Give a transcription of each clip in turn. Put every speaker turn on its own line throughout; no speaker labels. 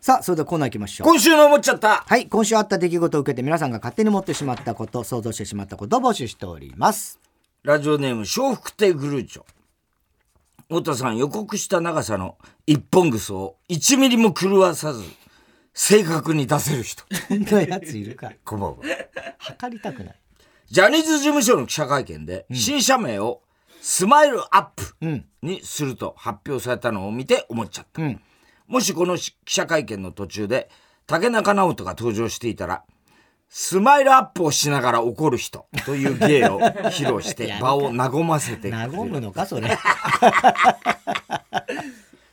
さあ、それではコーナー行きましょう。
今週の思っちゃった
はい、今週あった出来事を受けて皆さんが勝手に持ってしまったこと、想像してしまったことを募集しております。
ラジオネーム、笑福亭グルーチョ。太田さん、予告した長さの一本ぐそを1ミリも狂わさず、正確に出せる人。
こんなやついるか。
こんばんは。
測りたくない。
ジャニーズ事務所の記者会見で、新社名をスマイルアップにすると発表されたのを見て思っちゃった。もしこのし記者会見の途中で、竹中直人が登場していたら、スマイルアップをしながら怒る人という芸を披露 して場を和ませてく
和
れる
むのか、そ れ。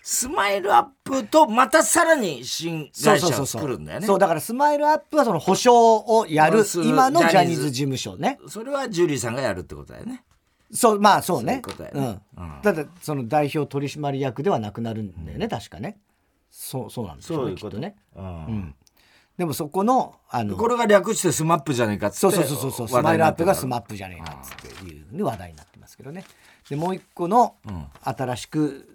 スマイルアップとまたさらに新会社を作るんだよね。
そう、だからスマイルアップはその保証をやる
す、る
今のジャニー
ジャニー
ズ
ズ
事務所ね。
それはジュリーさんがやるってことだよね。
そう、まあそうね。
そういうことだよ
うん
ね。
ただ、その代表取締役ではなくなるんだよね、確かね。そう、そうなんですよね、きっとね。
うん
でもそこの、あの、
これが略してスマップじゃねえかっつって
そうそうそうそうそう、ス
話
マイ
題に
ルアッ
なっ
プ
て
が
た
スマップじゃねえかっつっていうね話題になってますけどね。で、もう一個の新しく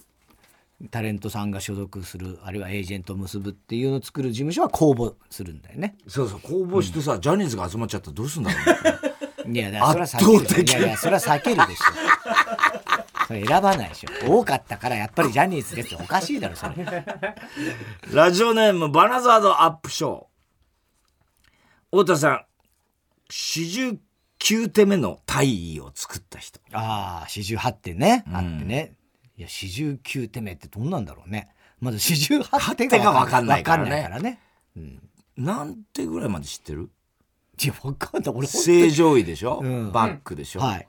タレントさんが所属する、あるいはエージェントを結ぶっていうのを作る事務所は公募するんだよね。
そうそう公募してさ、ジャニーズが集まっちゃったらどうすんだろ うね
いや、だからそれは避
圧
ける。
倒
い
的
やいや、それは避けるでしょ。それ選ばないでしょ。多かったから、やっぱりジャニーズですっておかしいだろ、それ。
ラジオネームバナザードアップショー太田さん49手目の大位を作った人
ああ、四十八点ね。あってね。いや、四十九手目ってどんなんだろうね。まず四十八手
手が分かんないからね
分かんないからね。
なんてぐらいまで知ってる
いや、分かんない。俺、
正常位でしょ、
うん
バックでしょ、
はい。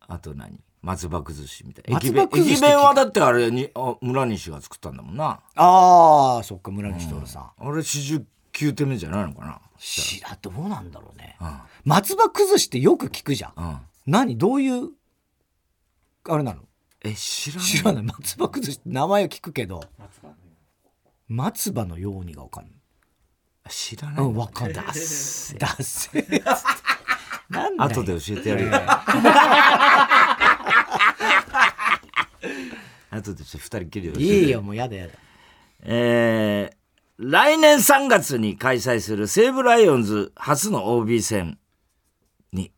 あと何松葉崩しみたいな
松
駅
葉
弁
崩し
駅弁はだってあれにあ村西が作ったんだもんな
ああ、そっか、村西徹さん。
あれ49手目じゃないのかな
しあ、どうなんだろうね。
うん
松葉崩しってよく聞くじゃん。
うん
何どういう、あれなの
え知らない
知らない松葉崩しって名前は聞くけど松葉のようにが分かんない
知らない
うん分かんないだっせだっせ なんだよ
後で教えてやるよ。 後でちょっと二人きりで教え
い
てやる
いよもうやだやだ
えー来年3月に開催する西武ライオンズ初の OB 戦に、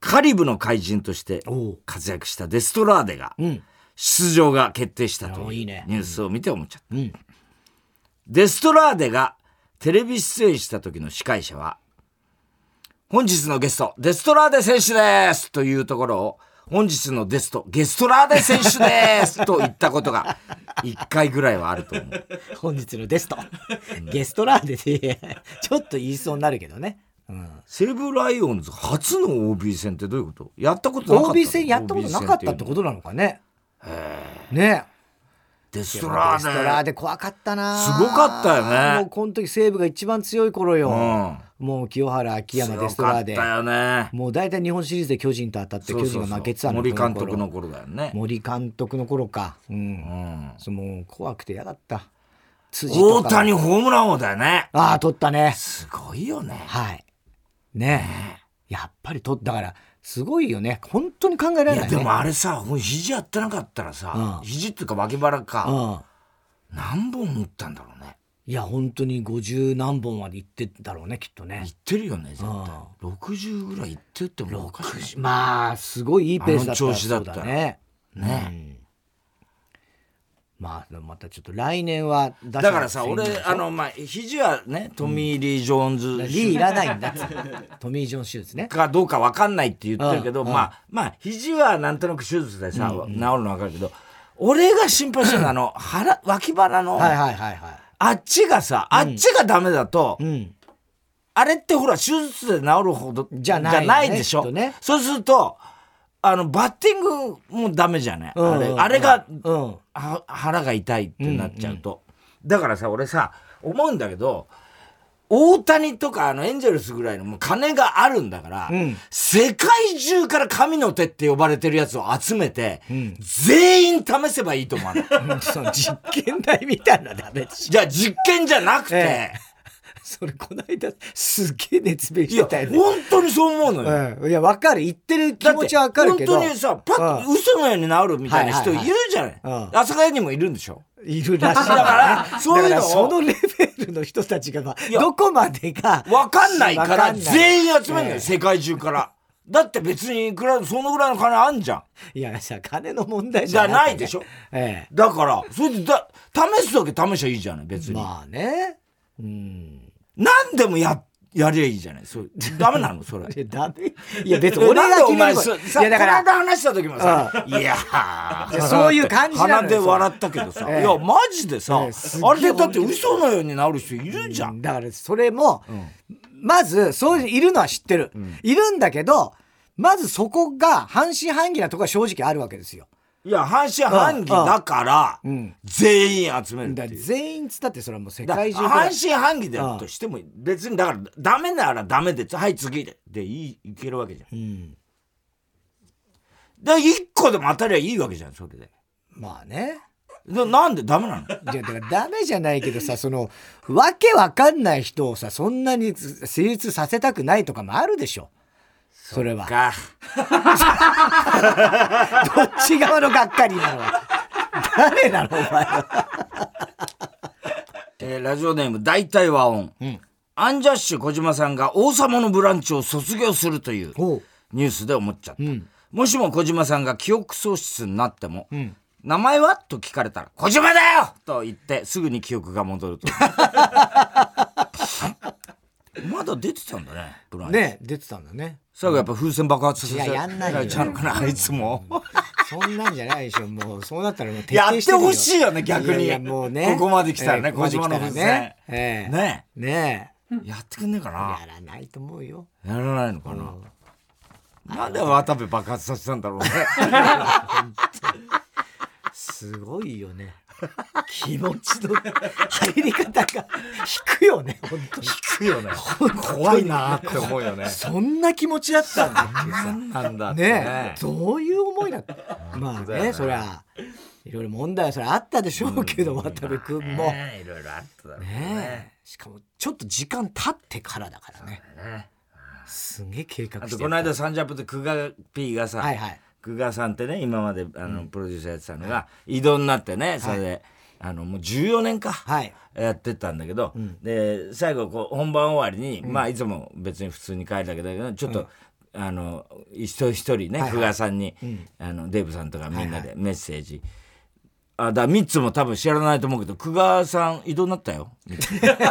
カリブの怪人として
おう
活躍したデストラーデが
うん
出場が決定した
お
と
ーい
い
いうね
ニュースを見て思っちゃった、
うん
デストラーデがテレビ出演した時の司会者は本日のゲストデストラーデ選手ですというところを本日のデストゲストラーデ選 手ですと言ったことが1回ぐらいはあると思う
本日のゲストゲストラーデでちょっと言いそうになるけどねうん
西武ライオンズ初の OB 戦ってどういうことやったことなかったの
OB 戦やったことなかったってことなのかねねえ
デス
デ
ト
ス
ラーデ
トラーデ怖かったな
すごかったよね
もうこの時西武が一番強い頃よ、
う
もう清原秋山デスト
強
ラ
か
ー
っ
デ
たよね
もう大体日本シリーズで巨人と当たって
そう
巨
そうそう
人が負けてたの
森監督
こ
の
頃
頃だよね
森監督の頃かうん、
うん
そうもう怖くて嫌だった辻
大
とか
谷ホームラン王だよね
ああ取ったね
すごいよね
はいねえやっぱり取ったからすごいよね本当に考えられないい、ね、
やでもあれさもう肘やってなかったらさ、
うん
肘っていうか脇腹
う
か、
ん
何本打ったんだろうね
いや本当に50何本までいってんだろうねきっとね
いってるよね絶対、
う
60ぐらいいってってもおかしい
まあすごいいいペースだった
あの調子だったら
そうね
ね
うんまあでもまたちょっと来年はだ
だからさ俺あのまあ肘はねトミー・リー・ジョーンズ、
リーいらないんだっ つうトミー・ジョン手術ね
かどうか分かんないって言ってるけど、
うん
まあまあ肘はなんとなく手術でさ、治るの分かるけど俺が心配してるのはあの腹脇腹の、
はいはいはいはい
あっちがさあっちがダメだと、
うん
あれってほら手術で治るほど
じ
じ
ゃ
ゃ
な
ないい
よね
でし
きっと
ょ、
ね
そうするとあのバッティングもダメじゃない、
うん
あれ
うん
あれが、
うん
は腹が痛いってなっちゃうと、だからさ俺さ思うんだけど大谷とかあのエンジェルスぐらいのもう金があるんだから、
ん
世界中から神の手って呼ばれてるやつを集めて、全員試せばいいと思 わない
うんその実験台みたいなのダメでしょ
じゃあ実験じゃなくて、
えそれこの間すげえ熱弁
い
して
や
たよね
本当にそう思うのよ、
うんいやわかる言ってる気持ちはわかるけど
だって本当にさパッと嘘のように治るみたいな人
はい
い
はいはい
るじゃない、
うん
朝霞にもいるんでしょ
いるらしいんだ,、ね、
だから そういうの
だからそのレベルの人たちが、まあ、
や
どこまでが
わかんないか
わからんない
全員集めるのよ、
ええ
世界中から。だって別にいくらそのぐらいの金あんじゃん。
いやさ金の問題
じ
じ
ゃ
ゃ
な
ない
でしょ。
ええ
だから、それでだ試すだけ試しゃいいじゃない、別に。
まあねうん
何でもや、やりゃいいじゃない。そうダメなの、それ。
いやダメい や別に俺が
なん
決
でお
め
前
るこ
そ
と
さ
いやだから
この間話した時もさ、いやー
いやそういう感じなのよ
鼻で笑ったけどさ、
ええ
いやマジでさ、
ええすっげえ
あれでだって嘘のようになる人いるじゃん、
だからそれも、まずそういういるのは知ってる、いるんだけどまずそこが半信半疑なところが正直あるわけですよ。
いや半信半疑だから、
ん
全員集めるって
だから
いう
全員つったってそれはもう世
だから
界中から
半信半疑であるとしても別にだからダメならダメではい次ででいいいけるわけじゃん、で一個でも当たりゃいいわけじゃんそれで
まあね。
でなんでダメ なの
いやだからダメじゃないけどさそのわけわかんない人をさそんなに成立させたくないとかもあるでしょそれは
か
どっち側のがっかりなの誰なのお前は
えーラジオネーム大体和音、アンジャッシュ小島さんが「王様のブランチ」を卒業するという
おう
ニュースで思っちゃった、もしも小島さんが記憶喪失になっても「名前は?」と聞かれたら「小島だよ!」と言ってすぐに記憶が戻ると まだ出てたんだねブランチ、
ね出てたんだね
最後やっぱ風船爆発させ
いややんないよ
られちゃうのかなあいつも
そんなんじゃないでしょもうそうなったらもう徹
やっ
底しててる
ほしいよね逆に
いやいやもうね
ここまで来たら
え
ね
えここまで
小島の風
来
船
たらねええ
ね
ねえ
やってくんねえかな
やらないと思うよ
やらないのかな、なんで渡部爆発させたんだろうね
すごいよ ね気持ちの入り方が引くよね本当に
聞くよ ね怖いなって思うよね
そんな気持ちだったんだっていうさ
なんだって
ねえどういう思いだったまあ
だよ
ね
ね
そりゃいろいろ問題はそれあったでしょうけど渡部君もね
ねいろいろあっただろう
えしかもちょっと時間経ってからだからね
ね
すげえ計画
あ
し
と
て
この間サンジャポで久我 P がさ、
はいはい
久我さんってね今まであのプロデューサーやってたのが異動になってねそれで、あのもう14年か、
はい
やってたんだけど、で最後こう本番終わりに、まあいつも別に普通に帰るだけだけどちょっと、あの一人一人ね、
い
久我さんに、あのデーブさんとかみんなでメッセージ、あだ3つも多分知らないと思うけど久我さん異動になった よみたいなそれ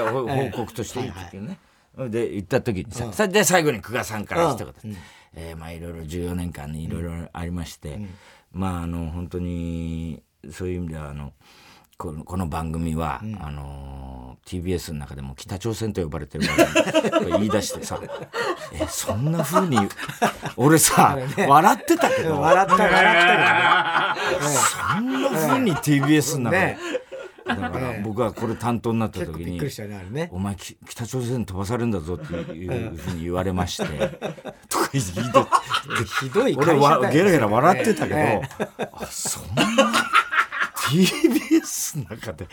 はほ報告としていい時ね、で行った時にさ、それで最後に久我さんから一言、えーまあいろいろ14年間にいろいろありまして、まああの本当にそういう意味ではあのこのこの番組は、あの TBS の中でも北朝鮮と呼ばれてる番組と言い出して さえそんな風に俺さ、笑ってたけど
笑った笑っ
そんな風に TBS の
た
中で、
ね
だから僕はこれ担当になった時
びっ
に
くりしたねあれね
お前き北朝鮮飛ばされるんだぞっていうふうに言われ ましてとか言って
ひどい会社
俺
だよ
はゲラゲラ笑ってたけど、
え
あそんな TBS の中で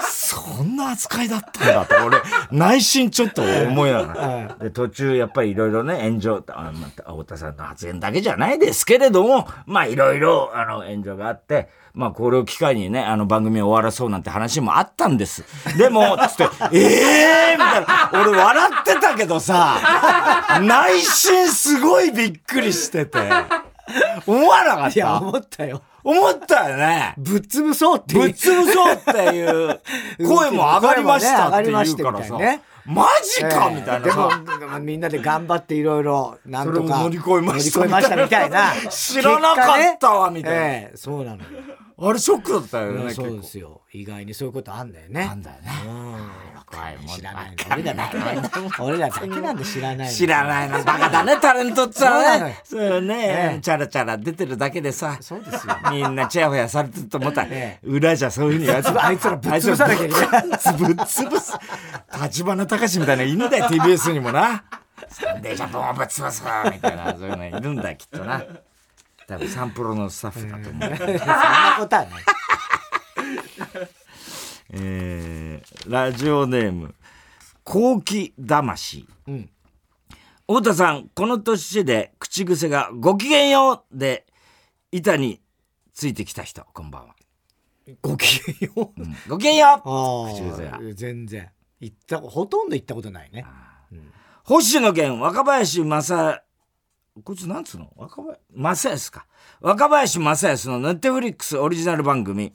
そんな扱いだったんだって俺内心ちょっと思いなが ら、で途中やっぱりいろいろね炎上あ、まあ、太田さんの発言だけじゃないですけれどもまあいろいろあの炎上があって。まあこれを機会にね、あの番組を終わらそうなんて話もあったんです。でも、つって、 ええー、みたいな。俺笑ってたけどさ、内心すごいびっくりしてて。思わなかっ
いや
た
思ったよ
思ったよね
ぶっ潰そうっていう
ぶっ潰そうっていう声も上がりましたっていうからさ、
上がりましたみたいなね
マジか
ええ
みたいなさ、
でもみんなで頑張っていろいろなんとか
それを乗り越えました
乗り越えましたみたいな
知らなかったわみたい
結
な
果ねええそうなのよ
あれショックだったよね、結
そうで
構。
すよ意外にそういうことあんだよね
なんだよね。怖いもん
知ら
だ
ないの俺らだけなんだ俺らだけなんで知らないの
知らないな、バカ だね、タレントって
そうなの
さ
よ
ね。そうよね、
ええ
チャラチャラ出てるだけでさ、
そうですよ
みんなチヤホヤされてると思ったら、
え
裏じゃそういうふうにやつ
あいつらぶっ潰さなきゃいけない
ないぶっ潰す立花隆みたいなのいるんだよ TBS にもなサンデージャポンをぶっ潰すみたいなそういうのいるんだよきっとな多分サンプロのスタッフだと思う、
そんなことはない
えーラジオネーム「高貴魂」
ん
太田さんこの年で口癖が「ごきげんよう」で板についてきた人こんばんは
ごきげんよう。
ごきげんよう
あ
口癖
あ
が
全然行ったほとんど行ったことないね
星野源、若林正、こいつなんつうの若林、正康か。若林正康のネットフリックスオリジナル番組、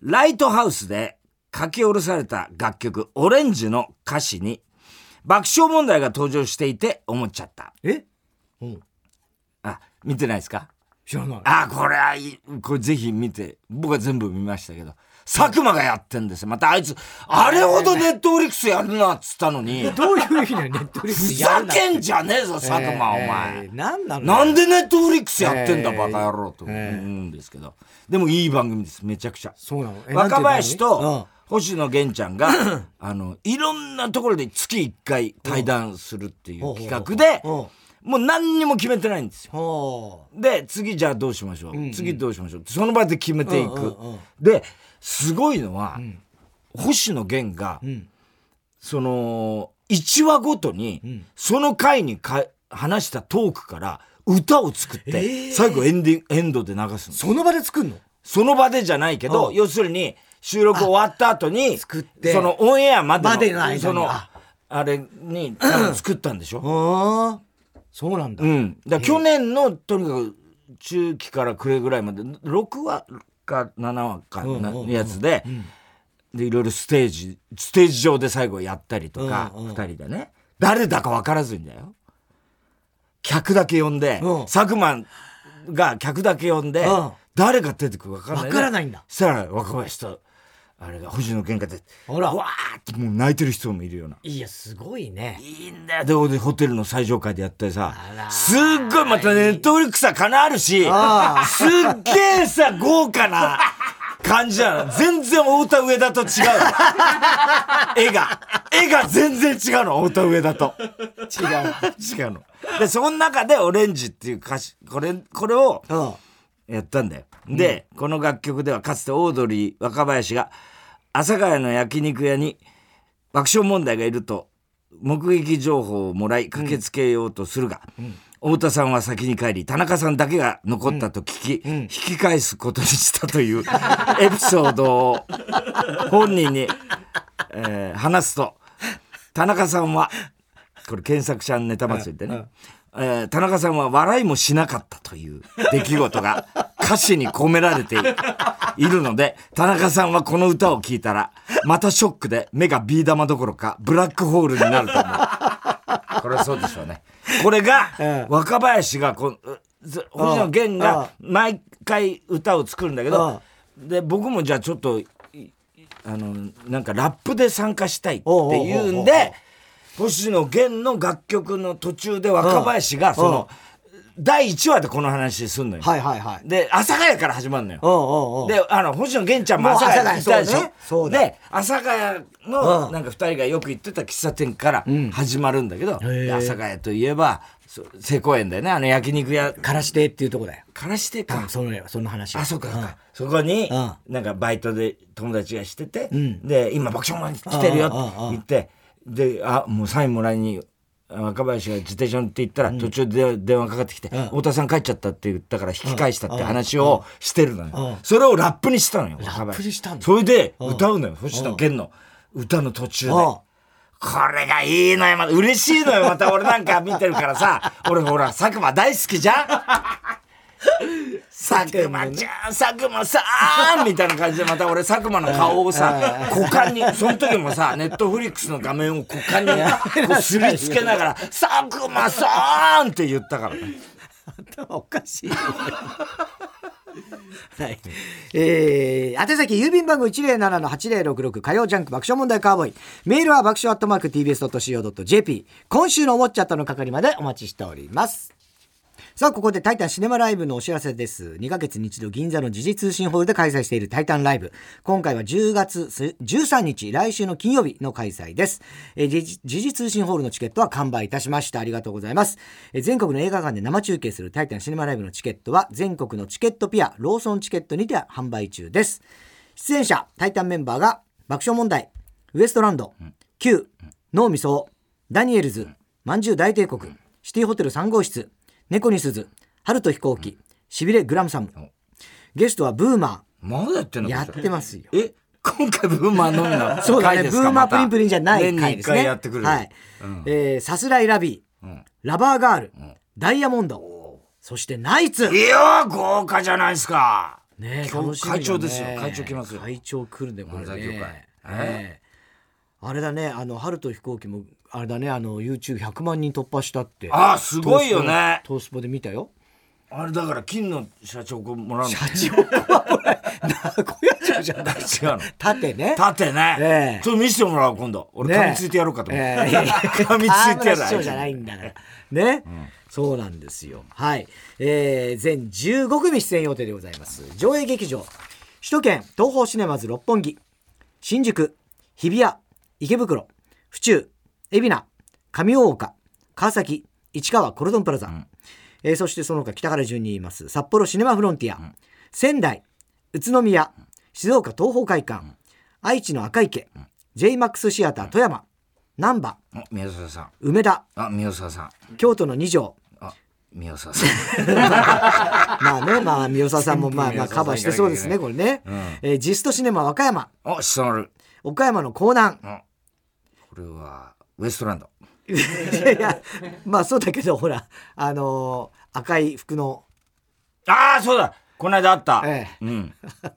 ライトハウスで書き下ろされた楽曲、オレンジの歌詞に、爆笑問題が登場していて思っちゃった。
え、うん、
あ、見てないですか
知らない
あ、これはいい。これぜひ見て。僕は全部見ましたけど。佐久間がやってんですよ。またあいつ、あれほどネットフリックスやるなっつったのに、
どういう意味だよネットフリック
ふ
スやる
ざ
な
けんじゃねえぞ、佐久間、お
えー
前。
何なの
なんでネットフリックスやってんだ、
えー
バカ野郎と思うんですけど。でもいい番組です、めちゃくちゃ。
そうなのえ
若林
なん
と
て
星野源ちゃんが、 あの、いろんなところで月1回対談するっていう企画で、
うん
もう何にも決めてないんですよ。
言う番組ほ
で次じゃあどうしましょう、次どうしましょうその場で決めていく、
うんうんうん
ですごいのは、星野源が、その1話ごとに、その回にか話したトークから歌を作って、最後エンディングエンドで流すの
うその場で作るの
その場でじゃないけど、
うん
要するに収録終わった後に
作って
そのオンエアまでの
までの間に
その
あ
あれに多分作ったんでしょ、
ああそうなんだ、
うん。だから去年のとにかく中期から暮れぐらいまで6話か7話か
う
な
んうんうん
やつで、でいろいろステージステージ上で最後やったりとか、
うん
二
うん
2人でね誰だか分からずにだよ客だけ呼んで、
うん
佐久間が客だけ呼んで、
うん
誰が出てくるか分からない、
分からないんだ
そしたら若林とあれが星野源が出て
あら
わーってもう泣いてる人もいるようない
やすごいね
いいんだよ。で、俺ホテルの最上階でやってさ
あ、ら
すっごいまたネットフリックスは金あるし、す
あ
っげえさ、豪華な感じなの。全然太田上田と違うの。絵が。絵が全然違うの、太田上田と。
違う
違うの。で、その中でオレンジっていう歌詞、これ、これを、
うん
やったんだよ。で、この楽曲ではかつてオードリー若林が阿佐ヶ谷の焼肉屋に爆笑問題がいると目撃情報をもらい駆けつけようとするが、太田さんは先に帰り田中さんだけが残ったと聞き、引き返すことにしたという エピソードを本人に、えー話すと田中さんはこれ検索者ネタ祭りでね、えー田中さんは笑いもしなかったという出来事が歌詞に込められているので田中さんはこの歌を聴いたらまたショックで目がビー玉どころかブラックホールになると思うこれはそうでしょうねこれが
うん
若林がこうず星野源が毎回歌を作るんだけどで僕もじゃあちょっといあのなんかラップで参加したいっていうん
おうおうおうおうおう
で星野源の楽曲の途中で若林がその第1話でこの話すんのよ。
はいはいはい
で阿佐ヶ谷から始まるのよ。
うんうんうん
であの星野源ちゃんも
もう
阿佐ヶ谷にいたで
阿
し
佐ヶ谷そうねそ
ょ。
うだ
で阿佐ヶ谷の
うん
なんか2人がよく行ってた喫茶店から始まるんだけど
へ
で
え
阿佐ヶ谷といえばそ成功園だよねあの焼肉屋
からしてっていうとこだよ
からして
多
か
分。そのその話は
あ、そうか、そう
うん
か。そこに
うん、
なんかバイトで友達がしてて、で、今爆笑マン来てるよって言って、で、あ、もうサインもらいに、若林が自転車乗って行ったら途中で電話かかってきて、太田さん帰っちゃったって言ったから引き返したって話をしてるの
うん
よ。それをラップにしたのよ、
ップ
若林
にしたんだ
それで歌うのよ、星野源の歌の途中で。
うん
これがいいのよ、また。嬉しいのよ、また俺なんか見てるか らさ。俺ほら、佐久間大好きじゃん佐久間ちゃん、佐久間さんみたいな感じで、また俺、佐久間の顔をさ、股間に、その時もさ、ネットフリックスの画面を股間にこうすりつけながら、佐久間さんって言ったから。
頭おか しい。はい。えー、宛先郵便番号107-8066火曜ジャンク爆笑問題カーボーイ。メールは爆笑アットマーク tbs.co.jp。今週の思っちゃったの係までお待ちしております。さあ、ここでタイタンシネマライブのお知らせです。2ヶ月に一度銀座の時事通信ホールで開催しているタイタンライブ。今回は10月す13日、来週の金曜日の開催です。えー時事時事通信ホールのチケットは完売いたしました。ありがとうございます。えー全国の映画館で生中継するタイタンシネマライブのチケットは全国のチケットピア、ローソンチケットにて販売中です。出演者、タイタンメンバーが爆笑問題、ウエストランド、Q、脳みそ、ダニエルズ、まんじゅう大帝国、シティホテル3号室、猫に鈴、春と飛行機、しびれグラムサム。ゲストはブーマー、
まだやってんの
やってますよ。
え今回ブーマーのみの回ですか
そうだね。ブーマープリンプリンじゃない
また
回
年に
で
一
すね。
回やってくる。
はい。えーさすらいラビー、ラバーガール、ダイヤモンド、そしてナイツ。
いやー、豪華じゃないですか。
ねえ
今日
楽しみ
会長ですよ会長来ますよ
会長来るんだよこれ
漫才協会
ね
え
ええあれだねあの春と飛行機もあれだねあの YouTube100 万人突破したって
あーすごいよね
トースポで見たよ
あれだから、金の社長こうもらうの。
社長はこれ名古屋城じゃない
違うの。
縦ね
縦ね
え。え
ちょっと見せてもらおう、今度。俺、噛みついてやろうかと思って。 噛みついてや
る
ら
市長じゃないんだ からね、そうなんですよはい、えー全15組出演予定でございます上映劇場首都圏東宝シネマズ六本木新宿日比谷池袋府中海老名上大岡川崎市川コルドンプラザ、えーそしてその他北から順に言います札幌シネマフロンティア、仙台宇都宮静岡東宝会館、愛知の赤池、JMAX シアター富山難波
あ宮沢さん。
梅田
あ、宮沢さん。
京都の二条
あ、宮沢さん。
まあねまあ三沢さんもまあまあカバーしてそうですねこれね、えージストシネマ和歌山
あ、下のる。
岡山の江 南
これは、ウエストランド。
いやいやまあそうだけどほらあのー赤い服の
ああ、そうだこの間あった。
ええ
うん。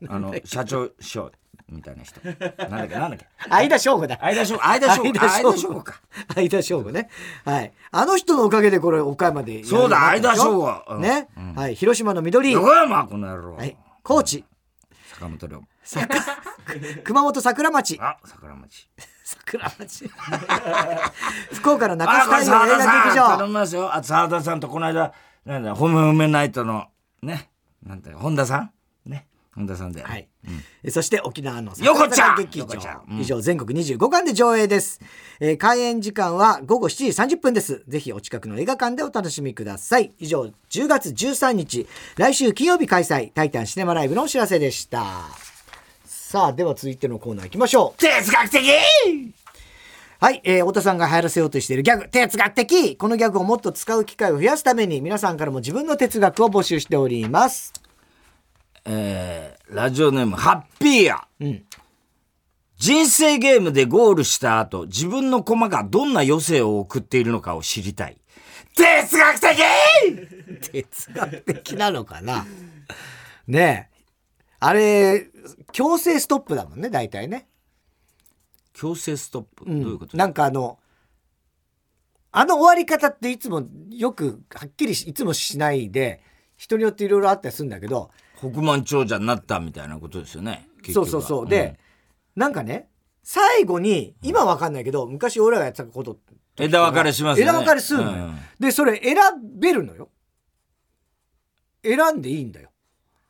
あの、社長師匠みたいな人。なんだっけ、なんだっけ。
相田翔吾だ
相田翔吾、相田翔吾、
相田翔
相
吾
田翔吾か。
相田翔吾ねはいあの人のおかげでこれ岡山でやるよになったでしょ
そうだ相田翔吾うん
ね、はい広島の緑
横山、この野郎。
はい高知
坂本龍馬。
熊本桜町
あ、桜町。
桜町 福岡の中
あ、
洲
これ
太陽映
澤田
画劇
さん。頼
場
みますよ。あ、澤田さんとこの間、なんだ、ホメホメナイトの、ね、なんだよ、本田さんね、本田さんで。
はい、そして沖縄の
横ちゃ
桜
ん
劇場
横ちゃん
以上全国25巻で上映です、えー開演時間は午後7時30分ですぜひお近くの映画館でお楽しみください以上10月13日来週金曜日開催「タイタンシネマライブ」のお知らせでしたさあでは続いてのコーナー行きましょう
哲学的
はい、えー、太田さんが流行らせようとしているギャグ、哲学的このギャグをもっと使う機会を増やすために、皆さんからも自分の哲学を募集しております。
えーラジオネーム、ハッピーや。人生ゲームでゴールした後、自分の駒がどんな余生を送っているのかを知りたい。哲学的
哲学的なのかなねえ。あれ、強制ストップだもんね、大体ね。
強制ストップ。どういうこと
なんかあの、あの終わり方っていつもよくはっきりしいつもしないで、人によっていろいろあったりするんだけど、
北満長者になったみたいなことですよね。結
そ
局
う
は
そうそう。で、、なんかね、最後に、今わかんないけど、昔俺らがやってたこと
うん枝分かれしますよね。
枝分かれするのよ、
うん
でそれ選べるのよ選んでいいんだよ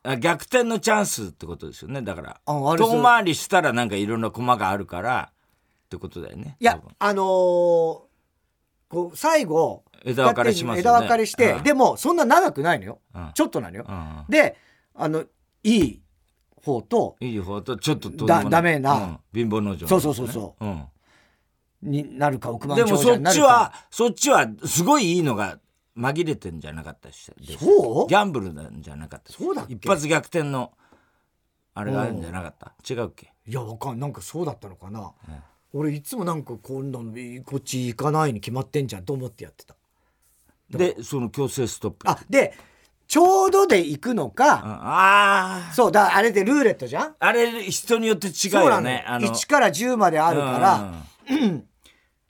あ逆転のチャンスってことですよね。だから、
ああれそう
遠回りしたらなんかいろんな駒があるから、ってことだよね。
いや
多分
あのーこう最後
枝分かれしますよね
枝分かれして、
うん
でもそんな長くないのよ、
うん
ちょっとなのよ、
うん
であのいい方と
いい方と、ちょっとどうでも
だダメな
うん貧乏農場、
そうそうそうそ
うん。
になるか億万
で
長
も
者
そ
に
っ
なる
ち
か
は、そっちはすごいいいのが紛れてんじゃなかったでした。
そう
ギャンブルなんじゃなかった
そうだっけ
一発逆転の、あれがあるんじゃなかった、違うっけ
いやわかんなんかそうだったのかな、俺いつもなんかこんなのこっち行かないに決まってんじゃんと思ってやってた
で、その強制ストップ。
あでちょうどで行くの
うん
か、
あー
そうだあれでルーレットじゃん
あれ人によって違う
そうな
よ
の
ね。あの
1から10まであるから、
うん、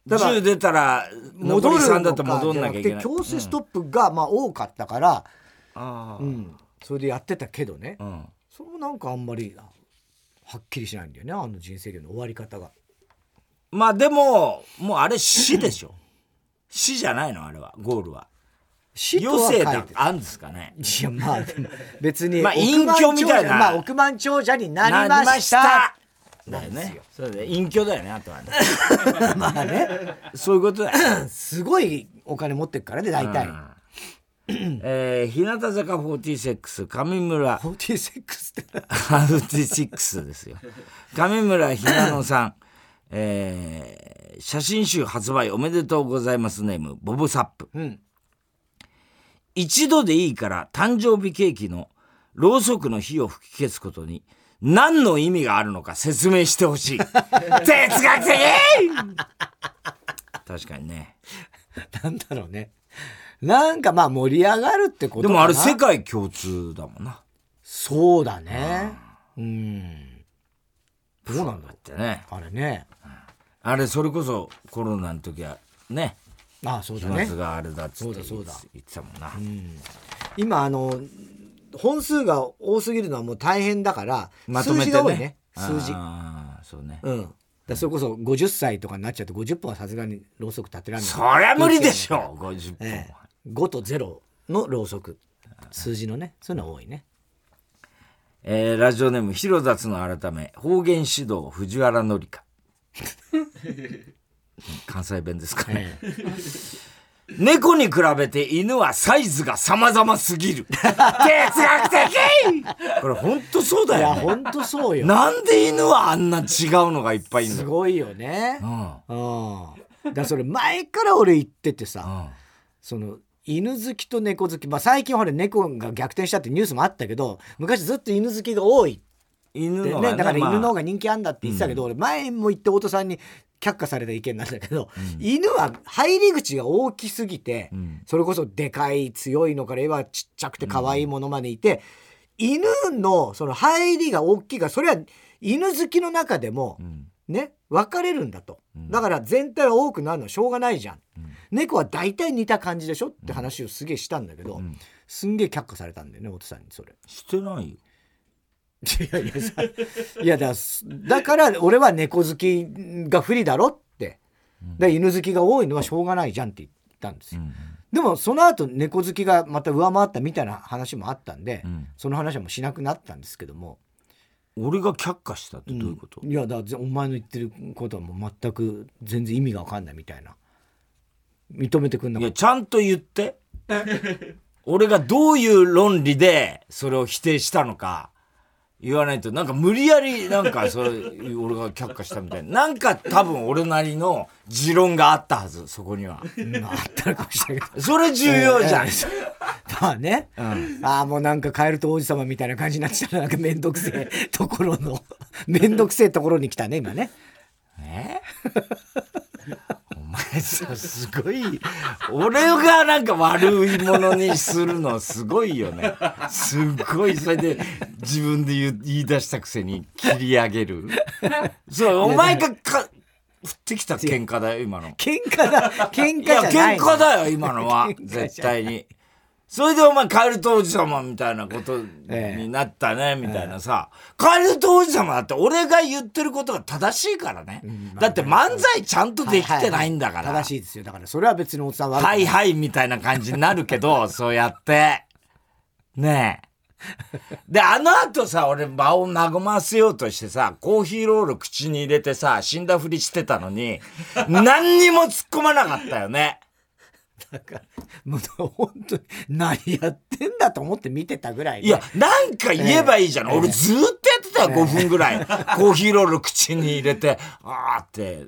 だから
10出たら
戻
戻
る
る
の
3だ
か
と戻んなきゃいけない
じゃなくて強制ストップがまあ多かったから、
あ
うんそれでやってたけどね、
あ、うん、
それもなんかあんまりはっきりしないんだよねあの人生ゲームの終わり方が
まあでももうあれ死でしょ死じゃないのあれはゴールは
死と
余
は書い
生
て
だ
る
あんですかね
いやまあでも別に
まあ隠居みた
億万長
いな
者まあ、億万長者になりました
なりましただよねそうだよ隠居だよねあとはね
まあね
そういうことだよ
すごいお金持ってっからね大体、
うんえー、日向坂46上村
46って
46ですよ。上村ひなのさん、えー写真集発売おめでとうございますネーム、ボブサップ。
ん
一度でいいから誕生日ケーキのろうそくの火を吹き消すことに何の意味があるのか説明してほ しい哲学的確かにね
なんだろうね。なんかまあ盛り上がるってこと
で
かな
もあれ世界共通だもんな
そうだね。うん。どうなんだろう
ってね
あれね。
あれそれこそコロナの時はね
ああ、そうだ
飛沫
ね。
があれだっつって言っ
そうだそうだ
言ってたもんな、
今あの、本数が多すぎるのはもう大変だから、
まと
数
め
字
て
が多い
ね
ね。数字。
ああそうね、
うん。だからそれこそ50歳とかになっちゃうと50本はさすがにろうそく立てられない。
そりゃ無理でしょう50本は、
ええ、5と0のろうそく。数字のね、そういうのは多いね。
えーラジオネーム広雑の改め方言指導藤原紀 香関西弁ですかね、
ええ
猫に比べて犬はサイズが様々すぎる哲学的これ本当そうだ
いや、
よ、ね、
ほんとそうよ。
なんで犬はあんな違うのがいっぱいいる
す
の
ごいよね。
う
う
ん
ん。だからそれ前から俺言っててさ、
うん
その犬好きと猫好き、まあ、最近ほら猫が逆転したってニュースもあったけど昔ずっと犬好きが多いって
犬
ね
のがね
だから犬の方
まあ
が人気あんだって言ってたけど、俺前も言って太田さんに却下された意見なんだけど、犬は入り口が大きすぎて、
ん
それこそでかい強いのから言えばちっちゃくて可愛いものまでいて、犬のその入りが大きいがそれは犬好きの中でも、
うん
ね分かれるんだと、
ん
だから全体は多くなるのはしょうがないじゃん、
ん
猫は大体似た感じでしょって話をすげえしたんだけど、
ん
すんげえ却下されたんだよねお父さんにそれ
してないよ
いやいやさいやだだから俺は猫好きが不利だろってで犬好きが多いのはしょうがないじゃんって言ったんですよ、でもその後猫好きがまた上回ったみたいな話もあったんで、
ん
その話はもうしなくなったんですけども、
俺が却下したってどういうこと、
いやだからぜお前の言ってることはもう全く全然意味が分かんないみたいな認めてくんないかっ
やちゃんと言って俺がどういう論理でそれを否定したのか言わないとなんか無理やりなんかそれ 俺が却下したみたいななんか多分俺なりの持論があったはずそこには
たのがあったのかもしれないけど
それ重要じゃん、
まあね、ああもうなんかカエルと王子様みたいな感じになっちゃったなんか面倒くせ えところの面倒くせえところに来たね今ね
え お前さすごい俺がなんか悪いものにするのすごいよねすごいそれで自分で言う言い出したくせに切り上げるそうお前がか降ってきた喧嘩だよ今のい
喧嘩だ喧嘩じ
や
ゃない
喧嘩
よ
だよ今 のは絶対にそれでお前カエルと王子様みたいなこと
ええ
になったね、みたいなさ、カエルと王子様だって俺が言ってることが正しいからね、だって漫才ちゃんとできてないんだから、
正しいですよだからそれは別におじさん悪くな
はいいはいみたいな感じになるけ ど、そうやって。ねえ。で、あの後さ、俺場を和ませようとしてさ、コーヒーロール口に入れてさ、死んだふりしてたのに、何にも突っ込まなかったよね。
もう本当に何やってんだと思って見てたぐらいで
いや、なんか言えばいいじゃん。俺ずーっとやってたよ、5分ぐらい。コーヒーロール口に入れて、あーって。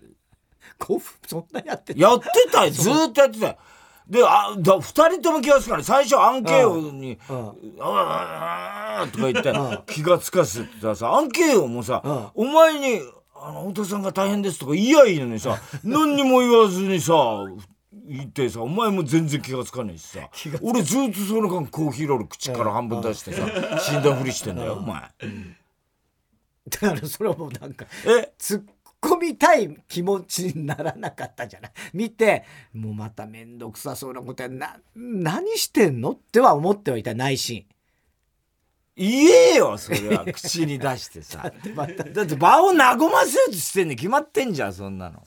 5分そんなやってた
やってたよ、ずーっとやってたよ。で、あ、だ、二人とも気がつかない。最初、アンケーヨに、ああ、あーとか言って、気がつかせてたらさ、アンケーヨもさ、お前に、あの、太田さんが大変ですとか言いやいいのにさ、何にも言わずにさ、言ってさ、お前も全然気がつかないしさ、俺ずーっとその間コーヒーロール口から半分出してさ、死んだふりしてんだよ、お前。
だからそれはもうなんか
え
突っ込みたい気持ちにならなかったじゃない見てもうまた面倒くさそうなことやな何してんのっては思ってはいた内 心
言えよそれは口に出してさだって場を和ませようとしてんね決まってんじゃんそんなの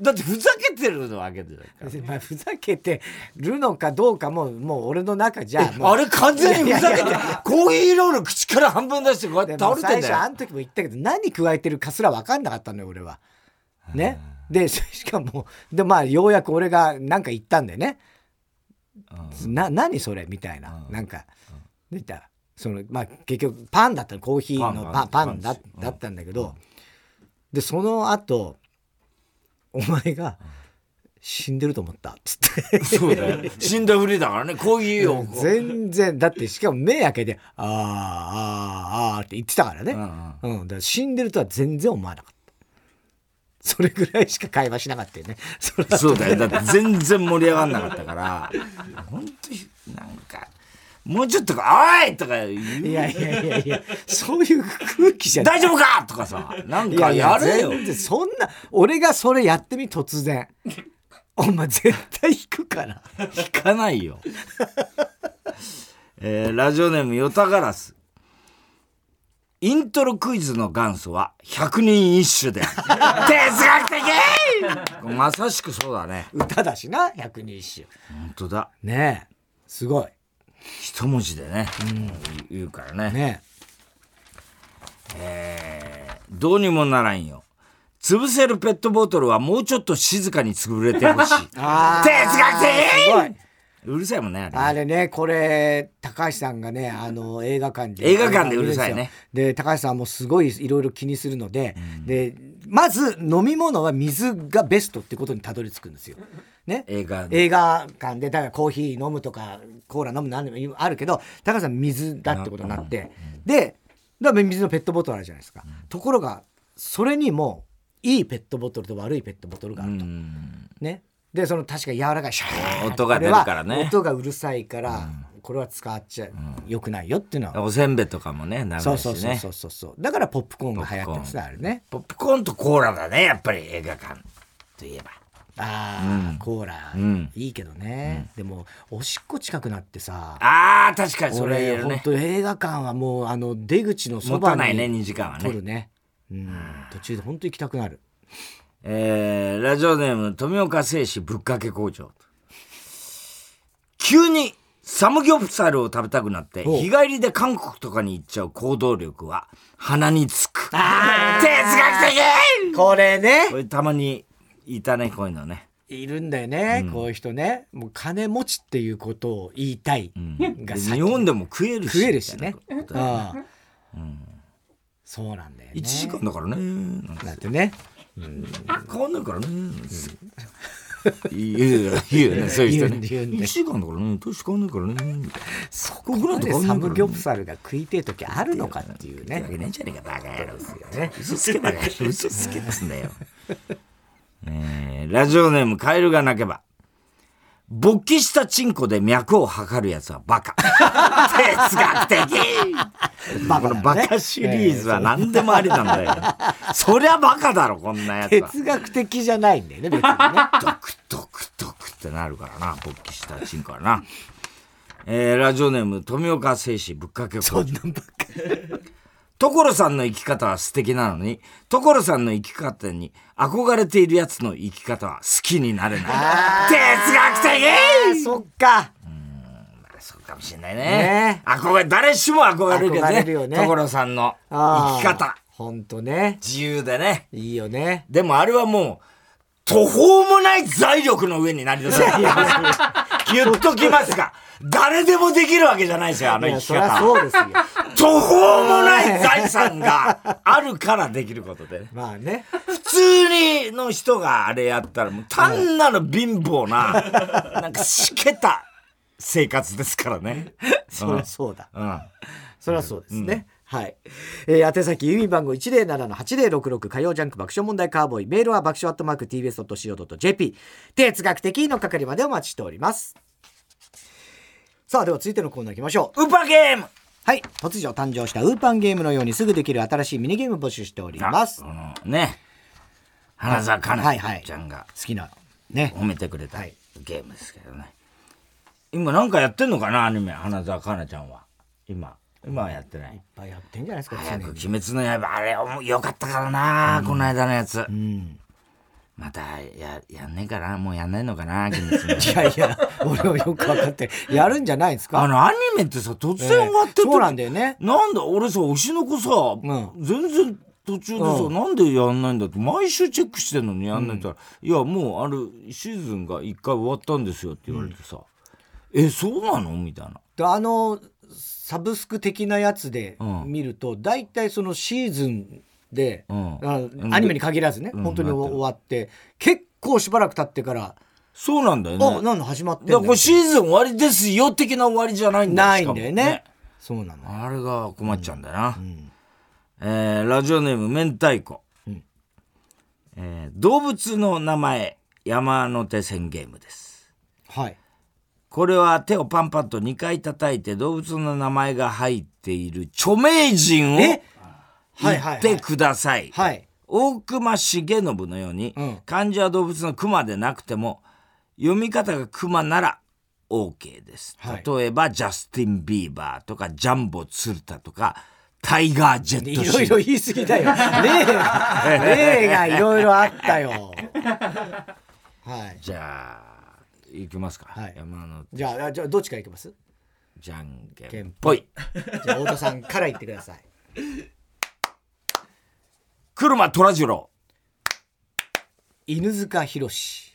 だってふざけてるわけだから
まあふざけてるのかどうかももう俺の中じゃもう
あれ完全にふざけてコーヒーロール口から半分出してこうや
で
って倒れてん
最
だ
初あ
よ
の時も言ったけど何加えてるかすら分かんなかったのよ俺は。ね、で ししかもでまあようやく俺が何か言ったんだよね「な何それ」みたいな、なんかでたらその、まあ、結局パンだったのコーヒーのパ
パン
ン
パ
パ
ン
ンだ
パンですうん
だったんだけど、でその後お前が死んでると思ったっつって
そうだよ。死んだふりだからね、こういうよ。
全然だってしかも目開けて「あーあーあー」って言ってたからね、
うん
うんだから死んでるとは全然思わなかったそれぐらいしか会話しなかったよねそれは
そうだよ。だって全然盛り上がんなかったから。本当に、なんか、もうちょっとか、おいとか
い
言う。
やいやいやいやそういう空気じゃない
大丈夫かとかさ、なん
い
か
やいや
やれよ。
全然そんな俺がそれやってみ突然お前絶対引くから
聞かないよ。えーラジオネーム、ヨタガラス。イントロクイズの元祖は100人一 首である。哲学的まさしくそうだね。
歌だしな百人一
本当だ。
首ねえすごい
一文字でね、言うからね
ね
えーどうにもならんよ潰せるペットボトルはもうちょっと静かに潰れてほしい哲
あー
学
す
的うるさいもんねあれね
あれねこれ高橋さんがねあの映画館で
映画館でうるさいね
で高橋さんもすごいいろいろ気にするので、でまず飲み物は水がベストってことにたどり着くんですよ。ね、
映画
映画館でだからコーヒー飲むとかコーラ飲むなんでもあるけど高橋さん水だってことになってでだから水のペットボトルあるじゃないですか、ところがそれにもいいペットボトルと悪いペットボトルがあると。
うん
ね、でその確か柔らかいシャー
音が出るからね
これは音がうるさいから、これは使っちゃよくないよっていうのは、
おせんべいとかもねダメだし
そ
ね
うそうそうそうそうそうだからポップコーンが流行ってますねあれね
ポップコーンとコーラだねやっぱり映画館といえば
ああ、コーラ、
ん
いいけどね、でもおしっこ近くなってさ
あー確かにそれは言える
本
ね
当映画館はもうあの出口のそば
持
に
たないね2時間はね
取るねうん、途中で本当行きたくなる
えーラジオネーム富岡製紙ぶっかけ工場急にサムギョプサルを食べたくなって
おう
日帰りで韓国とかに行っちゃう行動力は鼻につく哲
あ
学的
これね
これたまにいたねこういうのね
いるんだよね、こういう人ねもう金持ちっていうことを言いたいが
で
先
日本でも食えるし
食えるしね
み。たいなことだよね
ああそうなんだよね。
1時間だからねなんか
なんてね。
変わんないからね言うよ言うよねそういう人ね
言うんだ
1時間だからね年変わんないからねみたいな
そこまでサムギョプサルが食いてえ時あるのかっていう
わ
ね。
けないじゃねえかバカ野郎嘘つけバカ野郎嘘つけっつんだよえーラジオネームカエルが鳴けば勃起したチンコで脈を測るやつはバカ哲学的
バカだね
このバカシリーズは何でもありなんだよ、そりゃバカだろこんなやつは
哲学的じゃないんだよね別 にね。
ドクドクドクってなるからな勃起したチンコはなえーラジオネーム富岡製紙ぶっかけ工場所さんの生き方は素敵なのに所さんの生き方に憧れているやつの生き方は好きになれない哲学的
そっか。
そうかもしれないね
ね
憧れ誰しも憧れるよ
憧
ね
れるよね
所さんの生き方。
本当ね。
自由でね
いいよね。
でもあれはもう途方もない財力の上になりだす言っときますが誰でもできるわけじゃないですよあ
い
の生
や
き
そりゃ
方
そうですよ。
途方もない財産があるからできることでね
まあね。
普通にの人があれやったらもう単なる貧乏ななんかしけた生活ですからね。
そりゃそうだ。
うん
そりゃそうですね。はい。えー、宛先、郵便番号107-8066火曜ジャンク爆笑問題カーボーイ。メールは爆笑アットマーク TBS.CO.JP。哲学的の係までお待ちしております。さあ、では続いてのコーナー行きましょう。
ウパゲーム
はい。突如誕生したウーパンゲームのようにすぐできる新しいミニゲーム募集しております。
あのね花澤香
はいはい
菜ちゃんが
好きな。ね。
褒めてくれた
はい
ゲームですけどね今なんかやってんのかなアニメ花澤香菜ちゃんは今今はやってない
いっぱいやってんじゃないですか、
早く「
常
鬼
に
滅の刃」あれおもよかったからな、この間のやつ、またややんねえかなもうやんないのかな鬼滅の刃
いやいや、俺はよくわかってる。やるんじゃないです
あ
か。
のアニメってさ突然終わって
そうなんだよね。
なんだ俺さ推しの子さ、
う
全然途中でさ、
うん
なんでやんないんだって毎週チェックしてんのにやんないって言ったら、いやもうあれシーズンが一回終わったんですよって言われてさ、えそうなのみたいな
であのサブスク的なやつで
うん
見ると大体、そのシーズンで、
うん
あアニメに限らずね、
うん
本当に
なって
終
る
わって結構しばらく経ってから
そうなんだよね。
あなんだ始まってんだ
だからこれシーズン終わりですよ的な終わりじゃないんだよ
ないんだよね
しかも
そうなの
あれが困っちゃうんだよな。えーラジオネーム、明太子。えー動物の名前、山手線ゲームです。
はい
これは手をパンパンと2回叩いて動物の名前が入っている著名人を言
えはいはいはい
ってください。
はい
大隈重信のように、
うん
漢字は動物の熊でなくても読み方が熊なら OK です、
はい
例えばジャスティン・ビーバーとかジャンボ鶴田とかタイガー・ジェッ
い
トシ
ろいろ言い過ぎだ よ例が例がいろいろあったよはい
じゃあ行きますか、
はい
山の
じゃあじゃあどっちからいきます
じゃんけ
け
ん
ん
ぽい
じゃあ太田さんから言ってください
車虎次郎
犬塚弘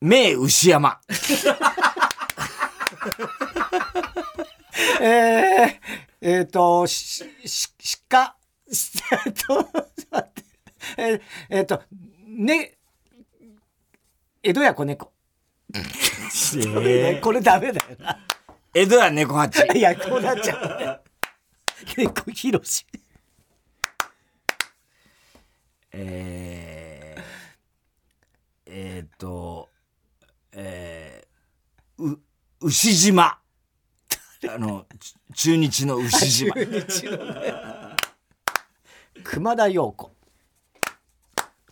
名 牛山
えー、えー、と、し、し、しか、し えっと、待って、えー、えー、と、ね、江戸や子猫。これダメだよな。
江戸屋猫八
いや、こうなっちゃう、ね。猫ひろし。
えー、えー、と、えー、う、牛島。あの、ち中日の牛島。
熊田陽子。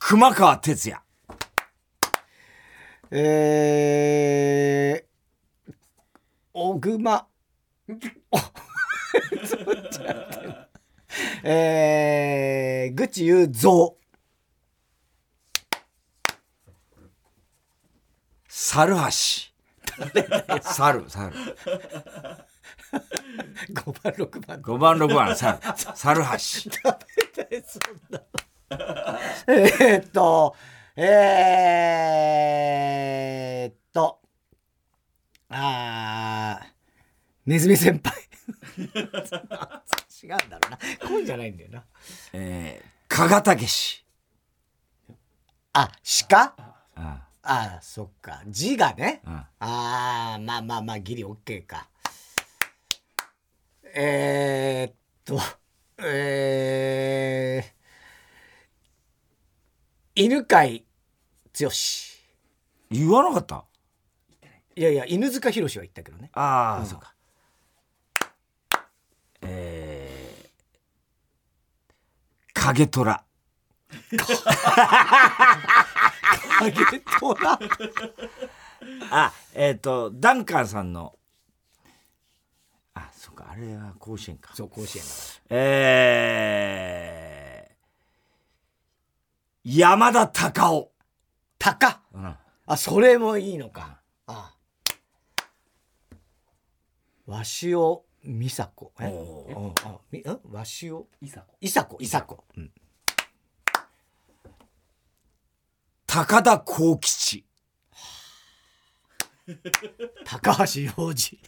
熊川哲也。
えー、小熊。 おえー、愚痴言うぞ。
猿橋。猿、猿。
5番6番
5番、6番、猿。猿橋。
えーっと、えーっと、あー、ネズミ先輩。 違うんだろうな。こういうんじゃないんだよな。
えー、加賀武史。
あ、鹿
うん
あー、そっか。字がね。
うん
あー、まあまあまあ、ギリオッケーか。えー、っと、えー、犬飼剛。
言わなかった
いやいや、犬塚弘は言ったけどね。
ああ、そうか。えー、影虎。
あげとら。
あ、えっ、と、ダンカンさんの。あ、そっか、あれは甲子園か。
そう、甲子園だか
えー、山田隆夫。
ら。高っ
うん
あ、それもいいのか。ああ。わしおみさこ。え
おー
うんあみんわしおいさこ。いさこ、いさこ。うん
高田幸吉。
高橋洋二。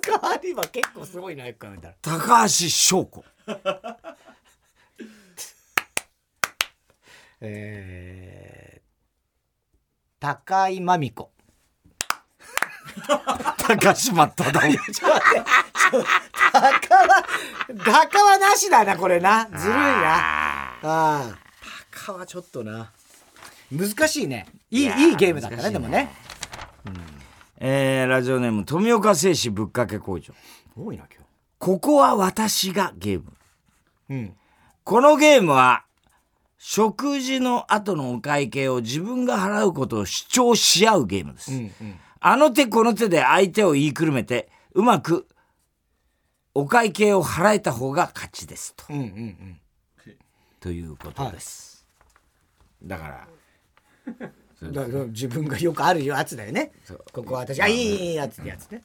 高橋は結構すごいな、よく考えたら。
高橋翔子。
えー、高井真美 子。
高島忠夫。
ちょっと待って。高は、高はなしだな、これな。ずるいな。あ
あ
あ。高はちょっとな。難しいね。いい、
いや
いいゲームだったね、
難しい
で
ね
もね。
ー えー、ラジオネーム、富岡製紙ぶっかけ工場。
多いな、今
ここは私がゲーム。
日。うん。
このゲームは、食事の後のお会計を自分が払うことを主張し合うゲームです。あの手この手で相手を言いくるめて、うまくお会計を払えた方が勝ちですと。
うんうん
ということです。だから、
うん。だから自分がよくあるやつだよね
そう。
ここは私、あ、いいいいやつってやつね。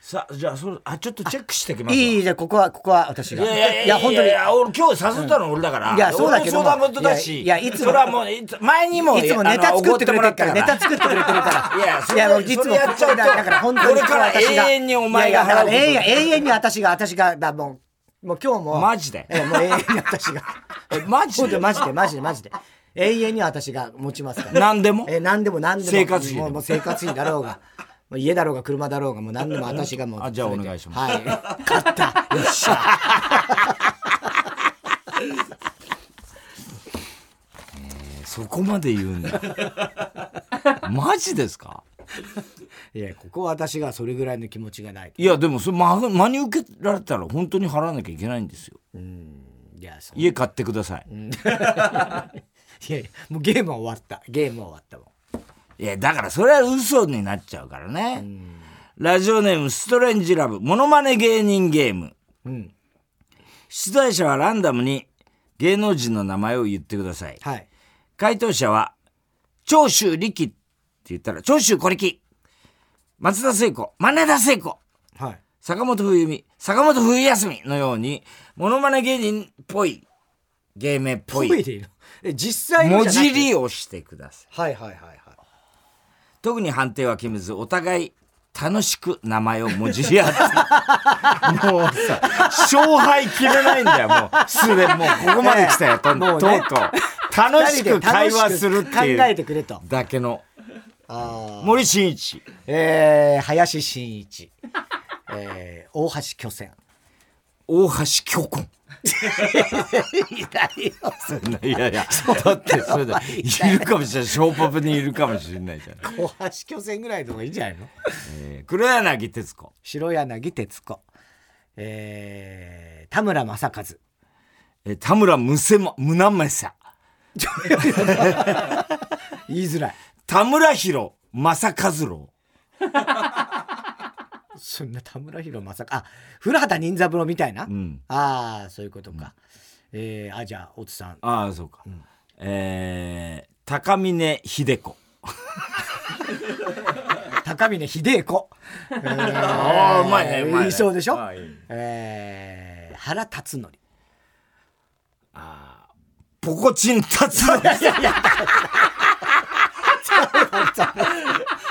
さあ、じゃあ、それ、あ、ちょっとチェックしてきますわ。
いい、じゃあここは、ここは私が。
いやいやいや、
本当に。
や俺今日誘ったの俺だから。
いやそうだけども
俺も相談事だし。
いやいやいつも
それはもう、いつ前にも、
いつもネ
あ
タ
の
作ってくれてるから、
おご
ネ
っ
タ作ってくれてるから。
いやそれ
もういつも
それやっちゃうと
だから本当に
これから
私が
永遠にお前が払う
いやいやだから永
ことに
遠永遠に私が、私が、だもう、もう今日も。
マジで
ええもう永遠に私が。
えマジで
本当にマジで、マジで、マジで。永遠に私が持ちますから。
何でも
えー何でも何でも。
生活費でも
もうもう生活費だろう が。もう家だろうが車だろうがもう何でも私がもう
あじゃあお願いします
はい勝ったよっしゃ
そこまで言う んだマジですか
い やここは私がそれぐらいの気持ちがない
いやでもそれ真真に受けられたら本当に払わなきゃいけないんですよ
いやそうい
家買ってください、
やいやもうゲームは終わったゲームは終わったもん
いやだからそれは嘘になっちゃうからね、ラジオネームストレンジラブモノマネ芸人ゲーム、出題者はランダムに芸能人の名前を言ってください
はい
回答者は長州力って言ったら長州小力松田聖子真根田聖子
はい
坂本冬美坂本冬休みのようにモノマネ芸人っぽい芸名っぽい
トイレのえ実際の
文
じゃな
字
くて
利用してください
はいはいはいはい
特に判定は決めずお互い楽しく名前を文字り 合ってもうさ勝敗決めないんだよもうすでにもうここまで来たよ、と
もうね
とうとう楽しく会話するって
考え
いう
てくれと
だけの
あー
森進一
えー、林真一、えー、大橋巨泉
大橋巨根いやいやだってそれだいるかもしれないショーパブにいるかもしれないじゃない、
大橋巨泉ぐらいの方がいいんじゃないの
えー、黒柳徹子
白柳徹子、えー、田村正和
えー田村むせま胸めさ
言いづらい
田村博正和郎
そんな田村博正和あ古畑任三郎みたいな、
ん
ああそういうことか、えー、あじゃあおつさん
ああそうか、えー、高峰秀子
高峰秀子
ああうまいねうまいね
言いそうでしょ
ああいい
えー、原辰徳
ポコチン 達則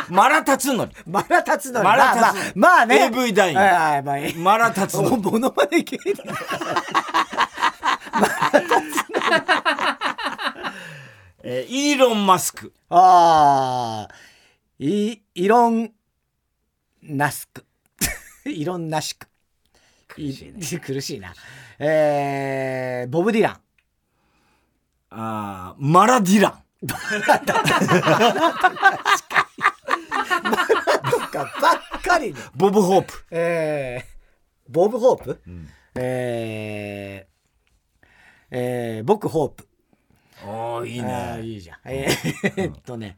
マラ達則
マラ辰徳
マラ辰
まあまあま
徳
あね
AV 男優
はいはいまあいい
マラ達
もう
則
モノマネ芸人
えーイーロン・マスク
ああいいろんなすく いろんなしく苦しい,、 苦しいなえー、ボブ・ディラン
あーマラディラン
とかばっかりの
ボブ・ホープ
えー、ボブ・ホープ、えーえー、僕ホープ
おーいい
ああ
ね
いいじゃんえーえっとね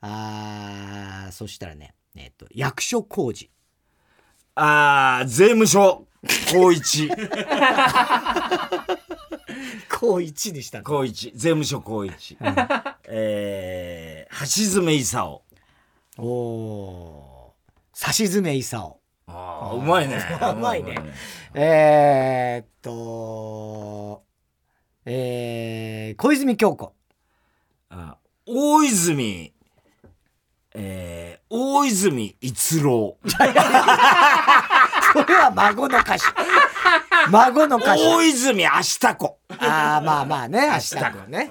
あーそしたらねえっと役所広司
あー税務署高一
高一にしたの
高一税務署高一えー橋爪功
おおー指爪功
あーうまいね
うまいねえー、っと、えー、小泉京子。
あ大泉えー大泉逸 郎
これは孫の歌手。孫の歌手。
大泉明日子
ああ、まあまあね、明日のね。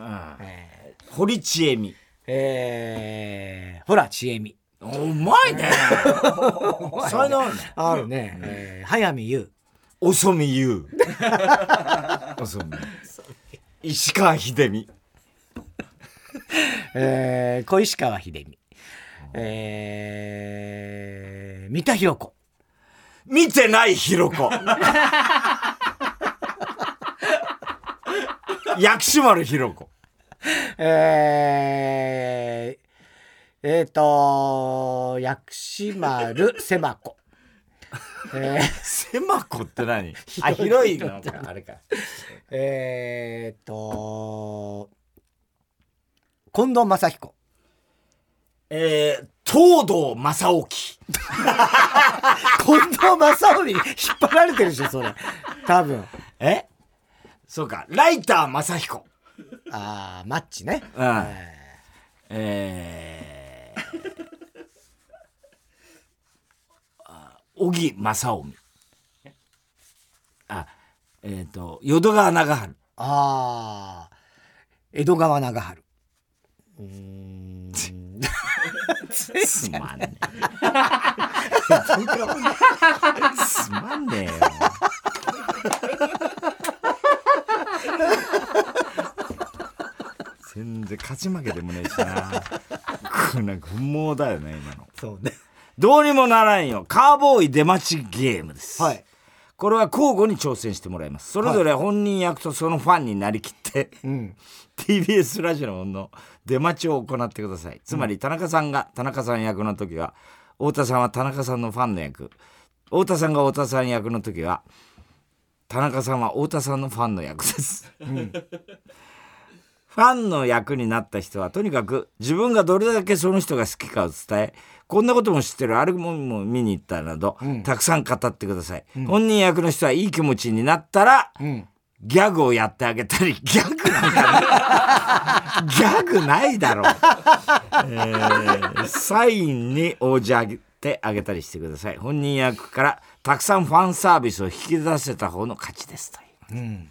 堀ちえみ
えー、ほら、ちえみ。
おうま いね才能
あ
あるね
るね。えー、早見優。
遅見優遅見石川秀美
えー、小石川秀美。えー、三田寛子。
見てないひろこ 薬師丸ひろこ
えー、えーと、薬師 丸狭子。えー
狭子って何あ広いのかあれか
えーっと、近藤正彦。
えー、東堂正興
近藤正臣に引っ張られてるでしょ、それ。多分。
えそうかライター正彦
あー、マッチね。
うんえー、あ小木正臣あえっ、と淀川長春
あー、江戸川長春。うーん
つまんねえ。つまんねえよ。全然勝ち負けでもねえしな。これなんか不毛だよね、今の。
そうね
どうにもならんよ。カーボーイ出待ちゲームです。
はい。
これは交互に挑戦してもらいます。それぞれ本人役とそのファンになりきって、TBS ラジオの出待ちを行ってください。つまり田中さんが田中さん役の時は、太田さんは田中さんのファンの役、太田さんが太田さん役の時は、田中さんは太田さんのファンの役です。ファンの役になった人はとにかく自分がどれだけその人が好きかを伝えこんなことも知ってるあれもも見に行ったなど、たくさん語ってください、本人役の人はいい気持ちになったら、ギャグをやってあげたり ギャグなんかねギャグないだろう、えーサインに応じてあげたりしてください本人役からたくさんファンサービスを引き出せた方の勝ちですという、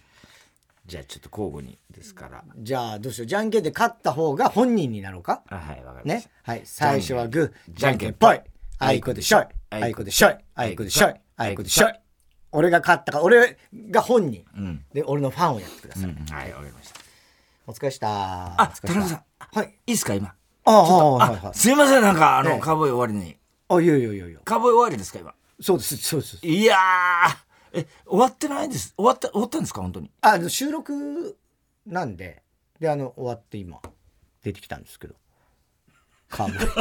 じゃあちょっと交互にですから
じゃあどうしようじゃんけんで勝った方が本人になろうか
あはいわかりまし
ね
た
はい最初はグー
じ
じ
ゃ
ゃ
ん
ん
け
け
ん
ん
ぽ
ぽ
い
いあいこでしょいあいこでしょいあいこでしょいあいこでしょい俺が勝ったか俺が本人で俺のファンをやってください
うんはいわかりました
お疲れした
あ
あ
田中さん
はい
いいっすか今
ああはいはい
すいませんなんかあの、
ええ
カーボーイ終わりに
あいやいやいやいや
カーボーイ終わりですか今
そうですそうです
いやーえ終わってないです終わった終わったんですか本当に
あの収録なんでであの終わって今出てきたんですけ どカーブ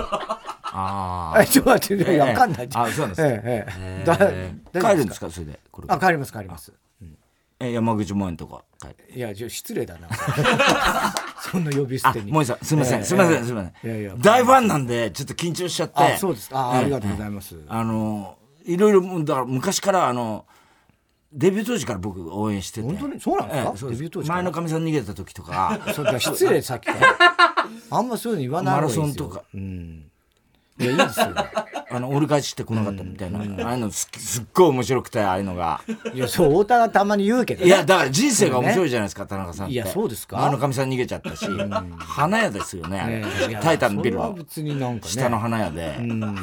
あ
えちょっと待っていやわかんない
あそうなんですか
ええええだ大丈夫
帰るんですかそれでこれ
あ帰ります帰ります
え山口萌えんとか帰って
いやじゃあ失礼だ なそんな呼び捨
あ
てに
萌えさんすいません、
ええ
すいません、
ええ
すいません
いやいや
大ファンなんでちょっと緊張しちゃって
あそうですかあ
ええ
ありがとうございます
あのいろいろだから昔からあのデビュー当時から僕応援してて
本当にそうなんですか
そう
デビュー当時から
前のかみさん逃げた時とか
そうだ失礼さっきから あんまそういうの言わない方がいい
マラ
ですよ
ソンとか
いやいいですよ
あの折り返ししてこなかったみたいな、ああいうのすっすっごい面白くてああいうのが
いやそう太田がたまに言うけど
い
ね
やだから人生が面白いじゃないですか、田中さんって
いやそうですか
前のかみさん逃げちゃったし、花屋ですよねあれ
ねいや
タイタンのビル
それは
の
別になんかね
下の花屋で、
そんな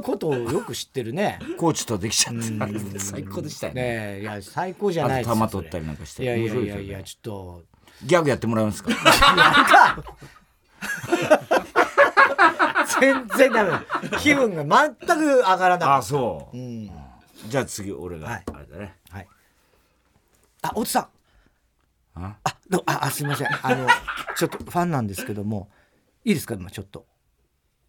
ことをよく知ってるね。
コーチとできちゃって、 最高でしたよね
ねえ、いや、最高じゃないですよ
あと球
それ
取ったりなんかして
いやいや
面白い
い
で
や
すよね
いや、ちょっ
ギャグやってもらえますか
と、全然ダメだ。気分が全く上がらな
あ
か
あ
っ
そう、じゃあ次俺が、
はい
あれだね
た。はい。あ、おつさん。
あ
あ、どあ、あすいません。あの、ちょっとファンなんですけども、いいですか、今ちょっと。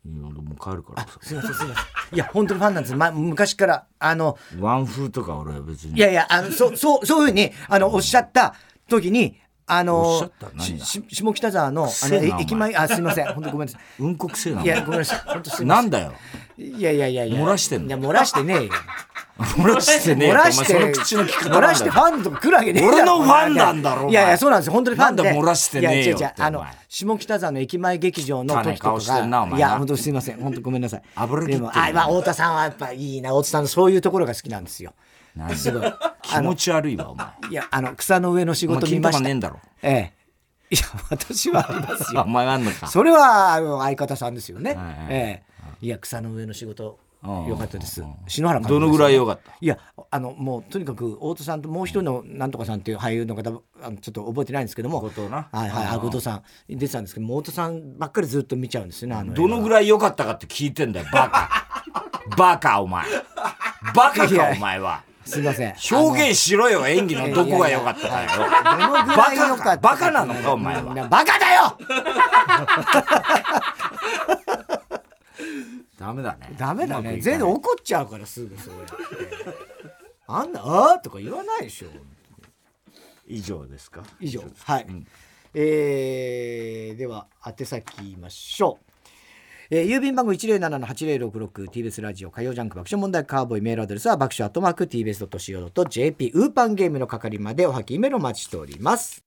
いや俺もう帰るからさ
すいません、すいません。いや、本当にファンなんです。ま、昔から、あの、
ワン風とか俺は別に
いやいや、あの、そう、そう、そういうふうに、あの、おっしゃった時に、あ
おっしゃ
の
った、何
し
が
し下北沢の、あ
せえ
の、
なお前
え駅前、あ、すいません。本当ごめんなさい。
うんこくせえない
や、ごめんなさい。本当すいません
なんだよ
いやいやいやいや。
漏らしてんの
いや、漏らしてねえよ。
漏らしてねえ
漏
よお
ら
前
して、
その口の利き方なんだよ
漏らしてファンとか来るわけねえだろ
俺のファンなんだろ
いやい
お前
や、そうなんですよ。本当にファンで。
なんだ漏らしてねえよ
いや、違う違う
って。
あ
お
の
前、
下北沢の駅前劇場の時
汚い顔
と
して
か
んなお前
が、
ない
や、本当すいません。本当ごめんなさい。
あぶれ切って
で
んな
も、あ、まあ、太田さんはやっぱいいな。太田さんのそういうところが好きなんですよ。すごい。
気持ち悪いわお前
いや、あの、草の上の仕
お前
事
金
見ま
玉
した。
ねえんだろ
ええ。いや、私はあります
あ
よ。
お前があんのか
それは、あの相方さんですよね。
はいはい
ええ。いや、草の上の仕事、
うん
よかったです。篠原監督
どのぐらい良かった
いやあのもうとにかく太田さんともう一人のなんとかさんっていう俳優の方あのちょっと覚えてないんですけども
後藤な
はいはいあ後藤さん出てたんですけどもう太田さんばっかりずっと見ちゃうんですよねあの
どのぐらい良かったかって聞いてんだよバ カバカお前バカ
い
か
や
お前は
すいません
表現しろよ演技のどこが良かったかよ
あのどのぐらい良かった
バカなのかお前は
なバカだよ
ダメだね
ダメだ
うまく
ね
いか
全
ない
然怒っちゃうからすぐそれあんなあーとか言わないでしょ
以上ですか
以上はい、えーでは宛先言いましょうえー郵便番号 107-8066TBS ラジオ火曜ジャンク爆笑問題カーボーイメールアドレスは爆笑アットマーク TBS.CO.JP ウーパンゲームの係までおはきメールお待ちしております